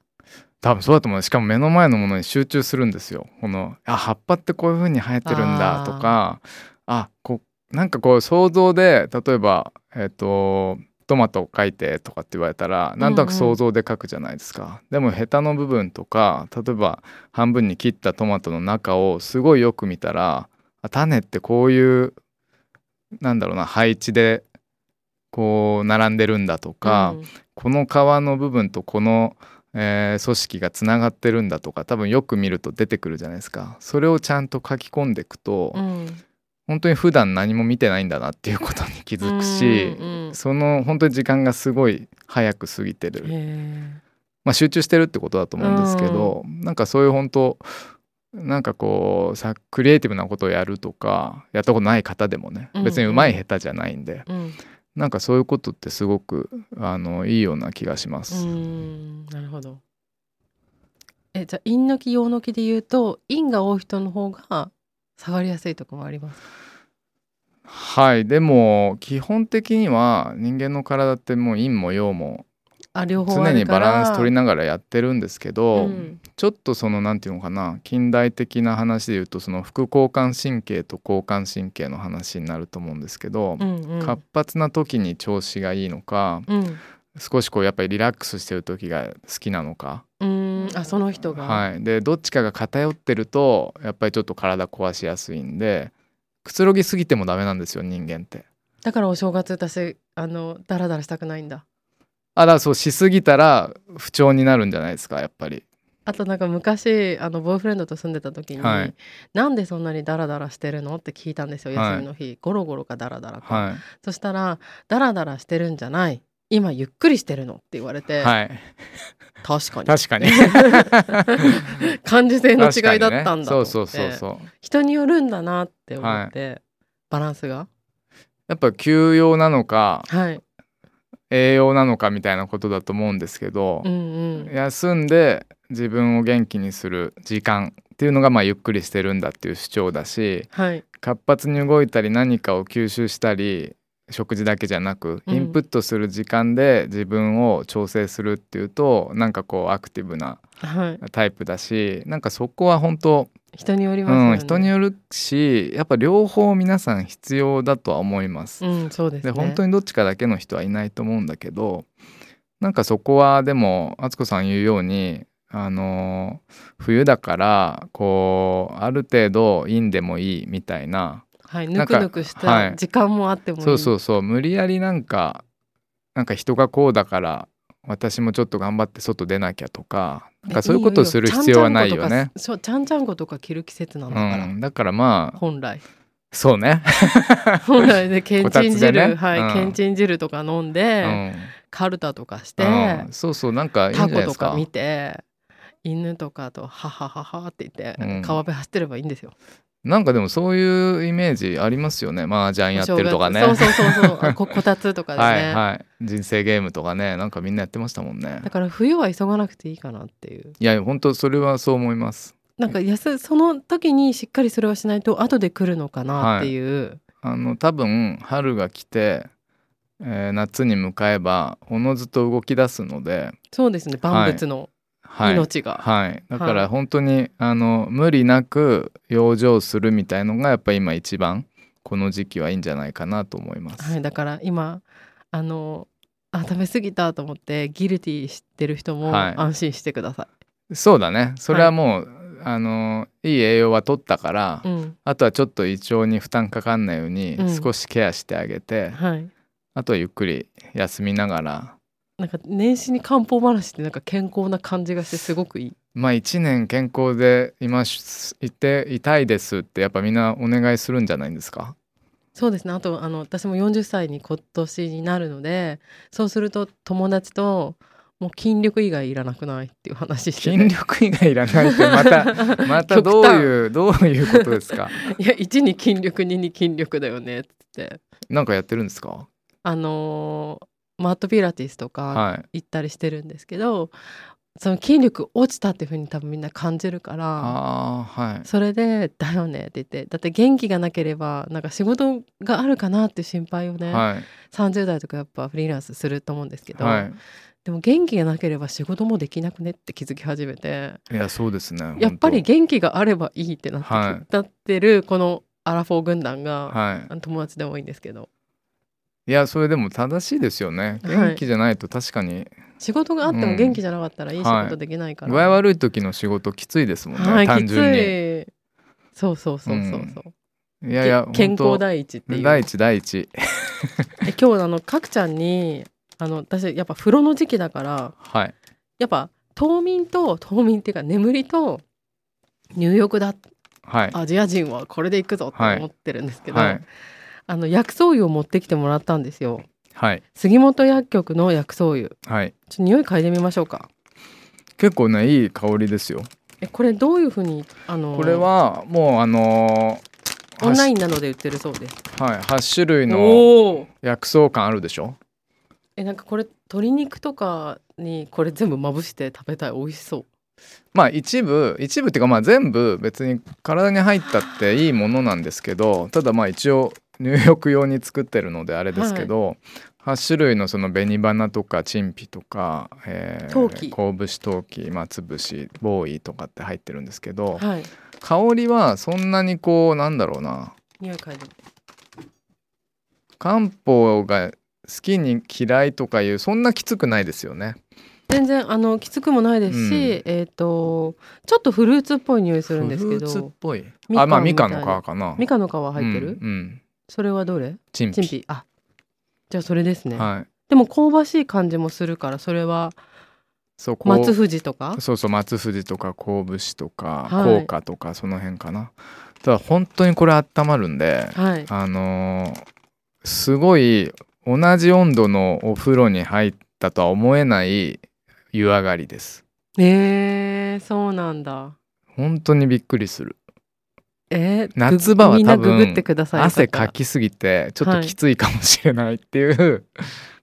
D: 多分そうだと思うしかも目の前のものに集中するんですよこのあ葉っぱってこういう風に生えてるんだ
C: あー
D: とかあこうなんかこう想像で例えばえっ、とトマトを描いてとかって言われたらなんとなく想像で描くじゃないですか、でもヘタの部分とか例えば半分に切ったトマトの中をすごいよく見たらあ種ってこういうなんだろうな配置でこう並んでるんだとか、
C: うん
D: この皮の部分とこの、えー組織がつながってるんだとか多分よく見ると出てくるじゃないですかそれをちゃんと書き込んでいくと、
C: うん
D: 本当に普段何も見てないんだなっていうことに気づくし、
C: うんうん
D: その本当に時間がすごい早く過ぎてる、
C: へ
D: まあ、集中してるってことだと思うんですけど、なんかそういう本当なんかこうさクリエイティブなことをやるとかやったことない方でもね
C: うんうん
D: 別に上手い下手じゃないんで、
C: ーうん
D: なんかそういうことってすごくあのいいような気がしま
C: う
D: す。
C: んなるほど。えじゃあ陰の気陽の気で言うと陰が多い人の方が下がりやすいとこもあります。
D: はいでも基本的には人間の体ってもう陰も陽も
C: あ両方あるから
D: 常にバランス取りながらやってるんですけど、
C: うん
D: ちょっとその何て言うのかな近代的な話で言うとその副交感神経と交感神経の話になると思うんですけど、
C: うんうん
D: 活発な時に調子がいいのか
C: うん
D: 少しこうやっぱりリラックスしてる時が好きなのか、
C: うんあその人が、
D: はい、でどっちかが偏ってるとやっぱりちょっと体壊しやすいんでくつろぎすぎてもダメなんですよ人間って。
C: だからお正月私あのダラダラしたくないんだ。
D: あだからそうしすぎたら不調になるんじゃないですかやっぱり。
C: あとなんか昔あのボーイフレンドと住んでた時に、
D: はい
C: なんでそんなにダラダラしてるのって聞いたんですよ休みの日、ゴロゴロかダラダラか、
D: は
C: そしたら「ダラダラしてるんじゃない今ゆっくりしてるの」って言われ
D: い、
C: て、
D: はい、
C: 確かに
D: 確かに
C: [laughs] 感受性の
D: 確か
C: 違い
D: に
C: だっ
D: ね
C: たんだと
D: そ
C: 思
D: う
C: って
D: そうそうそう
C: 人によるんだなって思って、バランスが
D: やっぱ休養なのか
C: はい
D: 栄養なのかみたいなことだと思うんですけど
C: う、んうん
D: 休んで自分を元気にする時間っていうのがまあゆっくりしてるんだっていう主張だし
C: はい
D: 活発に動いたり何かを吸収したり食事だけじゃなく
C: うん
D: インプットする時間で自分を調整するっていうとなんかこうアクティブな
C: はい
D: タイプだしなんかそこは本当
C: 人によりますよね。
D: うん、人によるしやっぱ両方皆さん必要だとは思います。
C: うん、そうです
D: で
C: ね。
D: 本当にどっちかだけの人はいないと思うんだけどなんかそこはでも敦子さん言うようにあの冬だからこうある程度インでもいいみたいな
C: はい、
D: な
C: ぬ
D: んか
C: くぬくし
D: は
C: た
D: い
C: 時間もあってもいい。
D: そうそうそう無理やりなんかなんか人がこうだから私もちょっと頑張って外出なきゃとかなんかそういうことをする必要はないよね。。
C: そう、ちゃんちゃんことか着る季節なんだから。
D: うん、だからまあ
C: 本来 [laughs]
D: そうね、
C: 本来でけんちん
D: [laughs] こたつで
C: 汁、
D: ね
C: はい、
D: うん
C: けんちん汁とか飲ん
D: う
C: で、
D: ん
C: カルタとかして、
D: うん、そうそうなんかいいんじゃ
C: タ
D: ない
C: コ
D: で
C: と
D: すか
C: か見て犬とかとハハハハって言って、
D: うん
C: 川辺走ってればいいんですよ。
D: なんかでもそういうイメージありますよねマージャンやってるとかね
C: お正月そうそうそう
D: [laughs]
C: そうここたつとかでね、
D: はいはい人生ゲームとかねなんかみんなやってましたもんね
C: だから冬は急がなくていいかなっていう
D: いや本当それはそう思います
C: なんか休その時にしっかりそれをしないと後で来るのかなっていう、
D: あの多分春が来て、えー夏に向かえばおのずと動き出すので
C: そうですね万物の
D: はい
C: 命が、
D: はい、だか
C: は
D: ら
C: い
D: 本当に、あの無理なく養生するみたいのがやっぱ今一番この時期はいいんじゃないかなと思います、
C: はい、だから今あのあ食べ過ぎたと思ってギルティしてる人も
D: はい
C: 安心してくださ
D: そうだねそれはもう、あのいい栄養は取ったから、
C: い。うん、
D: あとはちょっと胃腸に負担かかんないように
C: うん
D: 少しケアしてあげて、
C: はい。
D: あとはゆっくり休みながら
C: なんか年始に漢方話ってなんか健康な感じがしてすごくいい。
D: まあ1年健康でいますいていたいですってやっぱみんなお願いするんじゃないんですか
C: そうですね。あとあの私も40歳に今年になるので、そうすると友達ともう筋力以外いらなくないっていう話してて
D: 筋力以外いらないってま
C: [laughs]
D: たまたどういうどういうことですか
C: いや1に筋力2に筋力だよねっつって
D: なんかやってるんですか
C: あのーマットピラティスとか
D: はい
C: 行ったりしてるんですけど、その筋力落ちたっていうふうに多分みんな感じるから
D: ああはい
C: それで「だよね」って言ってだって元気がなければなんか仕事があるかなっていう心配をね、
D: はい
C: 30代とかやっぱフリーランスすると思うんですけど、
D: は
C: でも元気がなければ仕事もできなくねって気づき始めて
D: いいやそうですね
C: やっぱり
D: 本
C: 元気があればいいってなってき、
D: はい
C: なってるこのアラフォー軍団
D: 当
C: が、
D: はい
C: あの友達でもいいんですけど。
D: いやそれでも正しいですよね
C: はい
D: 元気じゃないと確かに
C: 仕事があって
D: う
C: も
D: ん
C: 元気じゃなかったらいい仕
D: は
C: 事
D: い
C: できないから、
D: 具合悪い時の仕事きついですもんね、
C: はい
D: 単純にい
C: きついそうそうそうそうそう、
D: やいや
C: け健康
D: 本
C: 第一って
D: 当
C: いう
D: 第一第一
C: え今日あのかくちゃんにあの私やっぱ風呂の時期だから
D: はい
C: やっぱ冬眠と冬眠っていうか眠りと入浴だ
D: はい
C: アジア人はこれで行くぞって
D: はい
C: 思ってるんですけど、
D: はい
C: あの薬草湯を持ってきてもらったんですよ
D: はい
C: 杉本薬局の薬草湯
D: はい
C: ちょっと匂い嗅いでみましょうか
D: 結構ねいい香りですよ
C: えこれどういうふうにあの
D: これはもうあのー
C: オンラインなどで売ってるそうです
D: はしはい8種類の
C: おお
D: 薬草感あるでしょ
C: えなんかこれ鶏肉とかにこれ全部まぶして食べたい美味しそう
D: まあ一部一部っていうかまあ全部別に体に入ったっていいものなんですけどただまあ一応入浴用に作ってるのであれですけど、8種類のその紅花とか陳皮とか、え
C: 陶器
D: 甲武士陶器松節ボーイとかって入ってるんですけど
C: はい
D: 香りはそんなにこうなんだろうな
C: 匂い嗅いで
D: 漢方が好きに嫌いとかいうそんなきつくないですよね。
C: 全然あのきつくもないですし、
D: う
C: えっ、とちょっとフルーツっぽい匂いするんですけ
D: フルーツっ
C: ど
D: ぽい
C: みかん
D: あまあみ
C: みた
D: か
C: い
D: ん
C: な
D: の皮かな
C: みかんの皮入ってる、
D: うん、うん、
C: それはどれ
D: 陳皮
C: チンピあじゃあそれですね、
D: はい
C: でも香ばしい感じもするからそれは
D: そこ
C: 松藤とか
D: そうそう松藤とか甲武士とか
C: はい
D: 甲賀とかその辺かな、ただ本当にこれ温まるんで
C: はい
D: あのーすごい同じ温度のお風呂に入ったとは思えない湯上がりです
C: えー、そうなんだ
D: 本当にびっくりする
C: えー、
D: 夏場
C: ぐ
D: は
C: みんな
D: 多分
C: ググってください
D: 汗
C: よか
D: か
C: ったら
D: きすぎてちょっときついかもしれないっていう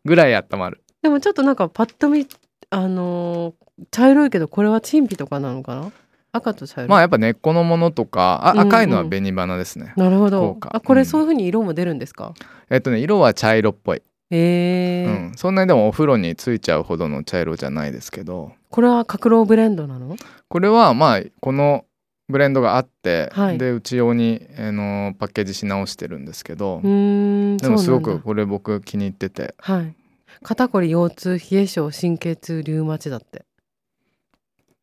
D: ぐらい温まる
C: でもちょっとなんかパッと見あのー茶色いけどこれはチンピとかなのかな赤と茶色い、
D: まあやっぱ根っこのものとかあ赤いの
C: う
D: は
C: んうん
D: 紅花ですね、
C: なるほ
D: こ
C: ど
D: うか
C: あこれ
D: うん
C: そういうふうに色も出るんですか、
D: えっとね色は茶色っぽい
C: えー
D: うん、そんなにでもお風呂についちゃうほどの茶色じゃないですけど
C: これは角ロブレンドなの
D: これはまあこのブレンドがあって、
C: はい
D: でうち用に、あのパッケージし直してるんですけど、
C: うーん
D: でもす
C: そ
D: ご
C: うな
D: く
C: んだ
D: これ僕気に入ってて
C: はい肩こり腰痛冷え性神経痛リウマチだって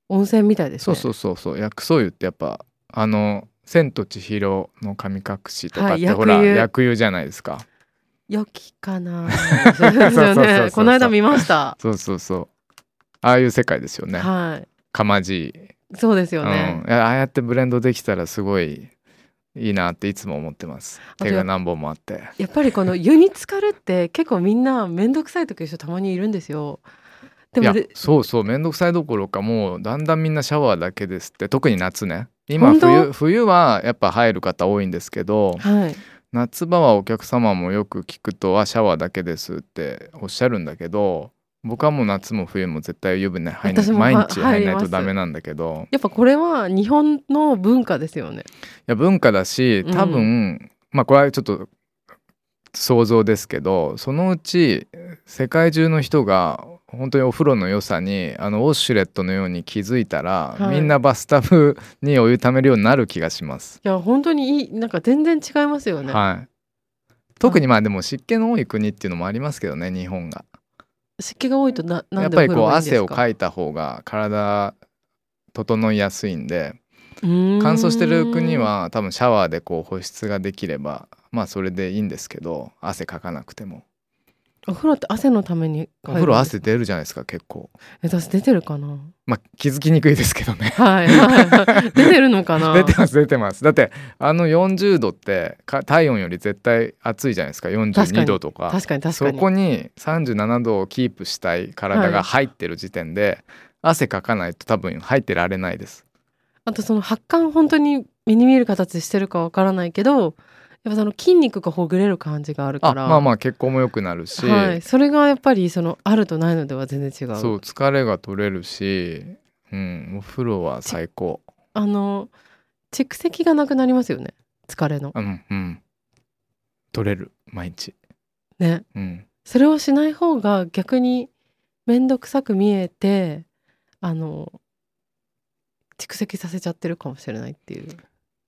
C: 温泉みたいです
D: そう
C: ね
D: そううそうそう薬草湯ってやっぱあの「千と千尋の神隠し」とかっ
C: はい
D: てほら
C: 薬湯
D: 薬湯じゃないですか
C: 良きか
D: [laughs]
C: なそうです
D: そう
C: よ
D: そうそうそう
C: ねこの間見ました、
D: そうそうそうああいう世界ですよね
C: は
D: かまじい、
C: いそうですよ
D: うん
C: ね、、
D: いやああやってブレンドできたらすごいいいなっていつも思ってます
C: と
D: 手が何本もあって
C: やっぱりこの湯に浸かるって結構みんな面倒くさい時の人たまにいるんですよで
D: い
C: も
D: や
C: で
D: そうそう面倒くさいどころかもうだんだんみんなシャワーだけですって特に夏ね今
C: 本当
D: 冬冬はやっぱ入る方多いんですけど
C: はい
D: 夏場はお客様もよく聞くとはシャワーだけですっておっしゃるんだけど僕はもう夏も冬も絶対湯船入んない
C: 私もは
D: 毎日入
C: 入
D: んな
C: り
D: い
C: ま
D: と
C: す
D: ダメなんだけど
C: やっぱこれは日本の文化ですよね
D: いや文化だし多分、
C: う
D: まあこれはちょっと想像ですけどそのうち世界中の人が本当にお風呂の良さにあのウォッシュレットのように気づいたら、
C: はい
D: みんなバスタブにお湯ためるようになる気がします。
C: いや本当にいいなんか全然違いますよね、
D: はい特にまあでも湿気の多い国っていうのもありますけどね日本が。
C: 湿気が多いとなな
D: や
C: ん
D: っ
C: で
D: ぱ
C: お
D: り
C: 風呂
D: こう
C: がいいんですか
D: 汗をかいた方が体整いやすいんで
C: うーん
D: 乾燥してる国は多分シャワーでこう保湿ができればまあそれでいいんですけど汗かかなくても
C: お風呂って汗のために
D: お
C: 入るんで
D: 風呂
C: す
D: 汗出るじゃないですか結構
C: え私出てるかな
D: まあ気づきにくいですけどね
C: はいはい [laughs] 出てるのかな
D: 出てます出てますだってあの40度ってか体温より絶対暑いじゃないですか
C: 確か
D: 42
C: に
D: 度とか
C: 確かに確か
D: そ
C: に
D: こに37度をキープしたい体が入ってる時点で、汗かかないと多分入ってられないです
C: あとその発汗本当に目に見える形してるかわからないけどやっぱその筋肉がほぐれる感じがあるか
D: あ
C: ら
D: まあまあ血行も良くなるし、
C: はい、それがやっぱりそのあるとないのでは全然違う
D: そう疲れが取れるし、うん、お風呂は最高
C: あの蓄積がなくなりますよね疲れの
D: うんうん取れる毎日
C: ね
D: うん
C: それをしない方が逆に面倒くさく見えてあの蓄積させちゃってるかもしれないっていうい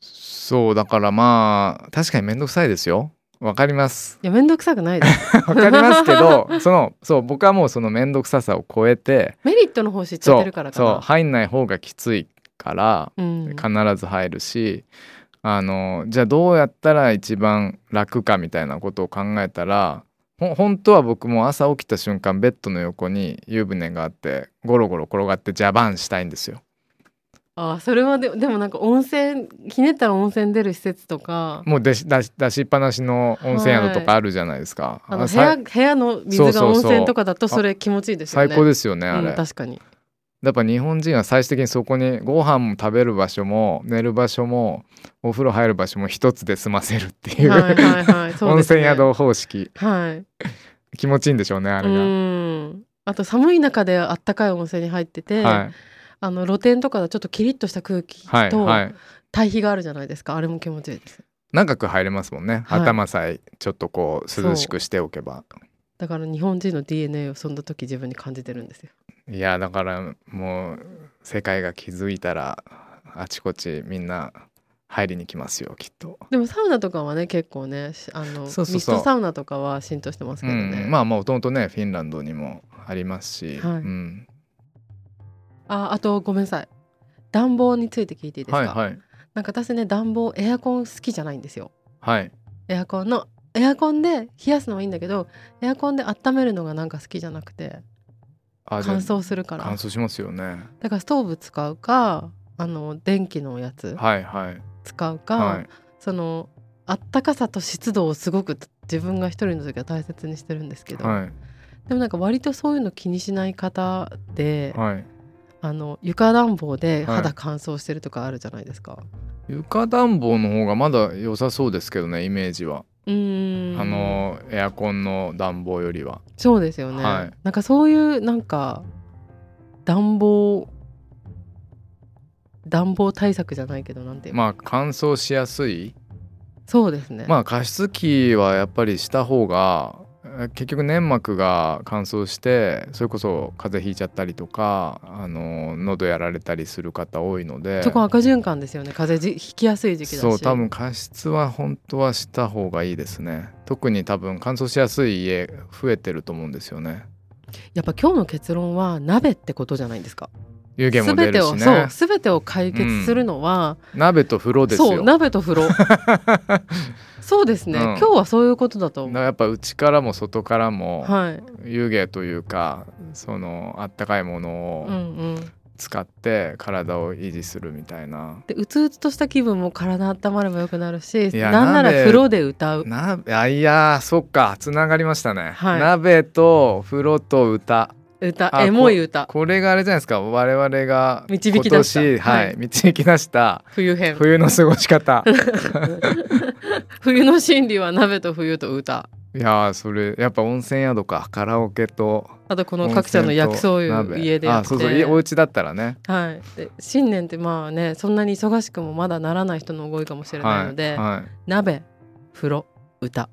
D: そうだからまあ確かに面倒くさいですよわかります
C: や面倒くさくないです
D: [laughs] わかりますけどそのそう僕はもうその面倒くささを超えて
C: メリットの方知っちゃっ
D: そ
C: てるから
D: う
C: かな
D: そう入んない方がきついから
C: うん、
D: 必ず入るし、あのじゃあどうやったら一番楽かみたいなことを考えたらほ本当は僕も朝起きた瞬間ベッドの横に湯船があってゴロゴロ転がってジャバンしたいんですよ。
C: あーそれはででもなんか温泉ひねったら温泉出る施設とか
D: もう出し出し出しっぱなしの温泉宿と
C: は
D: かあるじゃないですか。
C: あの
D: あ
C: 部
D: さ
C: 屋部屋の
D: そう
C: 水
D: そ
C: が
D: う
C: 温
D: そう
C: 泉とかだとそれ気持ちいいですよね
D: 最高
C: す
D: ですよねあれ、
C: うん、確かに
D: やっぱ日本人は最終的にそこにご飯も食べる場所も寝る場所もお風呂入る場所も一つで済ませるっていう,、 [laughs]
C: はいはいはいそう
D: 温
C: ですね
D: 泉宿方式
C: はい
D: 気持ちいいんでしょうねあれ
C: う
D: が。
C: んあと寒い中であったかい温泉に入ってて、
D: はい
C: あの露天とかだとちょっとキリッとした空気
D: はい
C: と
D: はい、
C: 対比があるじゃないですか、あれも気持ちいいです
D: 長く入れますもんね、
C: はい
D: 頭さえちょっとこう涼しくしておけば
C: だから日本人の DNA をそんな時自分に感じてるんですよ
D: いやだからもう世界が気づいたらあちこちみんな入りに来ますよきっと、
C: でもサウナとかはね結構ねしあの
D: そうそうそう
C: ミストサウナとかは浸透してますけどね、
D: うんまあまあもともとねフィンランドにもありますし、
C: はい
D: うん、
C: ああとごめんなさい暖房について聞いていいですか、
D: はいはい
C: なんか私ね暖房エアコン好きじゃないんですよ
D: はい
C: エアコンのエアコンで冷やすのはいいんだけどエアコンで温めるのがなんか好きじゃなくて
D: あじゃあ
C: 乾燥するから
D: 乾燥しますよね
C: だからストーブ使うかあの電気のやつ
D: はいはい
C: 使うか、
D: はい
C: そのあったかさと湿度をすごく自分が一人の時は大切にしてるんですけど、
D: は
C: でもなんか割とそういうの気にしない方で
D: い、はい
C: あの床暖房で
D: はい
C: 肌乾燥してるとかあるじゃないですか。
D: 床暖房の方がまだ良さそうですけどねイメージは、
C: うーん
D: あのエアコンの暖房よりは
C: そうですよね、
D: はい
C: なんかそういうなんか暖房暖房対策じゃないけどなんていうの、
D: まあ乾燥しやすい
C: そうですね、
D: まあ加湿器はやっぱりした方がえ結局粘膜が乾燥してそれこそ風邪ひいちゃったりとかあの喉やられたりする方多いので
C: そこ赤循環ですよね風邪じひきやすい時期だし
D: そう多分加湿は本当はした方がいいですね特に多分乾燥しやすい家増えてると思うんですよね
C: やっぱ今日の結論は鍋ってことじゃないんですか
D: 湯気も
C: 全
D: 出
C: て
D: る
C: を、
D: し
C: そう
D: ね
C: 全てを解決するのは、
D: 鍋と風呂です
C: そう
D: よ
C: 鍋と風
D: [laughs]
C: 呂そうですね、
D: うん
C: 今日はそういうことだと
D: だ
C: 思う
D: からやっぱ内からも外からも
C: はい
D: 湯気というかそのあったかいもの
C: うんう
D: を
C: ん
D: 使って体を維持するみたいな、
C: でうつうつとした気分も体温まればよくなるし
D: いや
C: なんなら
D: 鍋
C: 風呂で歌う
D: 鍋あいやーそっかつながりましたね、
C: はい
D: 鍋と風呂と歌
C: 歌
D: あ
C: エモい歌
D: これがあれじゃないですか我々が
C: 導き出した
D: 今年、はい
C: はい
D: 導き出した
C: 冬編
D: 冬の過ごし方
C: 冬の心理は鍋と冬と歌
D: いやーそれやっぱ温泉宿かカラオケと
C: あとこ
D: 温
C: の
D: 泉
C: 各社の薬草
D: と
C: 湯
D: 鍋
C: 家でやっ
D: あ
C: て
D: そうそういお家だったらね
C: はい、で新年ってまあねそんなに忙しくもまだならない人の多いかもしれないので、
D: はいはい
C: 鍋風呂歌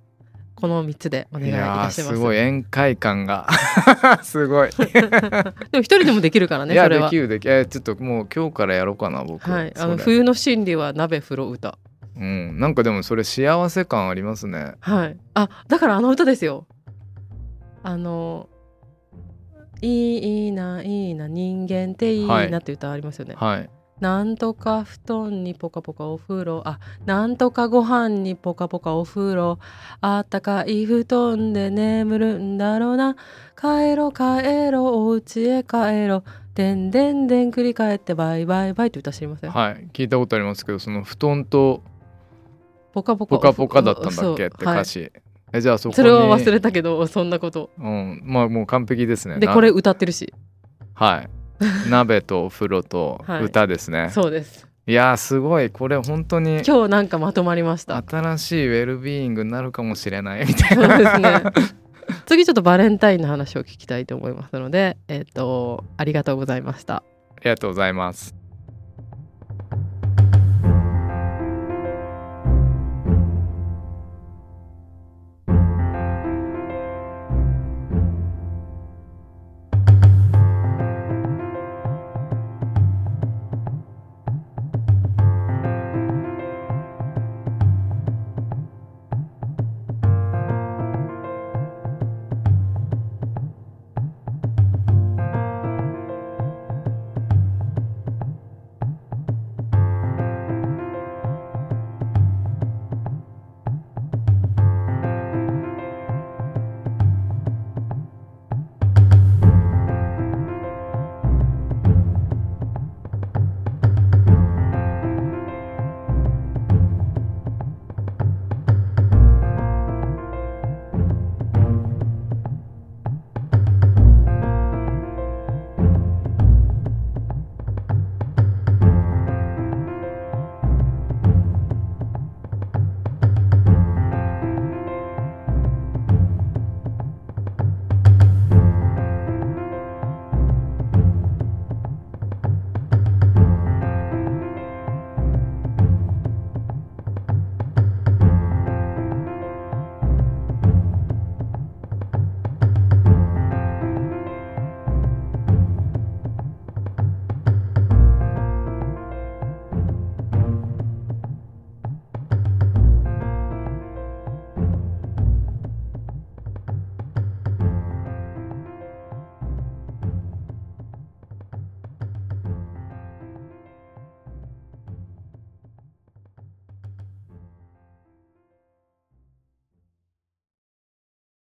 C: この3つでお願いい
D: や
C: た
D: ー
C: します
D: すごい宴会感が [laughs] すごい、
C: でも一人でもできるから
D: い
C: ね
D: や
C: それ
D: で
C: は
D: きるできるえーちょっともう今日からやろうかな僕
C: はい、あ
D: そ
C: の
D: れ
C: 冬の心理は鍋風呂歌
D: うんなんかでもそれ幸せ感ありますね
C: はいあだからあの歌ですよあのいいないいな人間っていい
D: はい
C: なって歌ありますよね、
D: はい
C: なんとか布団にポカポカお風呂あなんとかご飯にポカポカお風呂あったかい布団で眠るんだろうな帰ろ帰ろお家へ帰ろでんでんでん繰り返ってバイバイバイって歌知りません、
D: はい聞いたことありますけどその布団と
C: ポカポカ
D: ポカポカだったんだ
C: そ
D: っ
C: う
D: けって
C: はい
D: 歌詞、えじゃあそこに
C: それは忘れたけどそんなこと
D: うんまあもう完璧ですね
C: で
D: な
C: これ歌ってるし
D: はい鍋とお風呂と
C: はい
D: 歌ですね、
C: そうです
D: い、やーすごいこれ本当に
C: 今日なんかまとまりました
D: 新しいウェルビーイングになるかもしれないみたい
C: そ [laughs]
D: な
C: うですね次ちょっとバレンタインの話を聞きたいと思いますのでえっ、とありがとうございました
D: ありがとうございます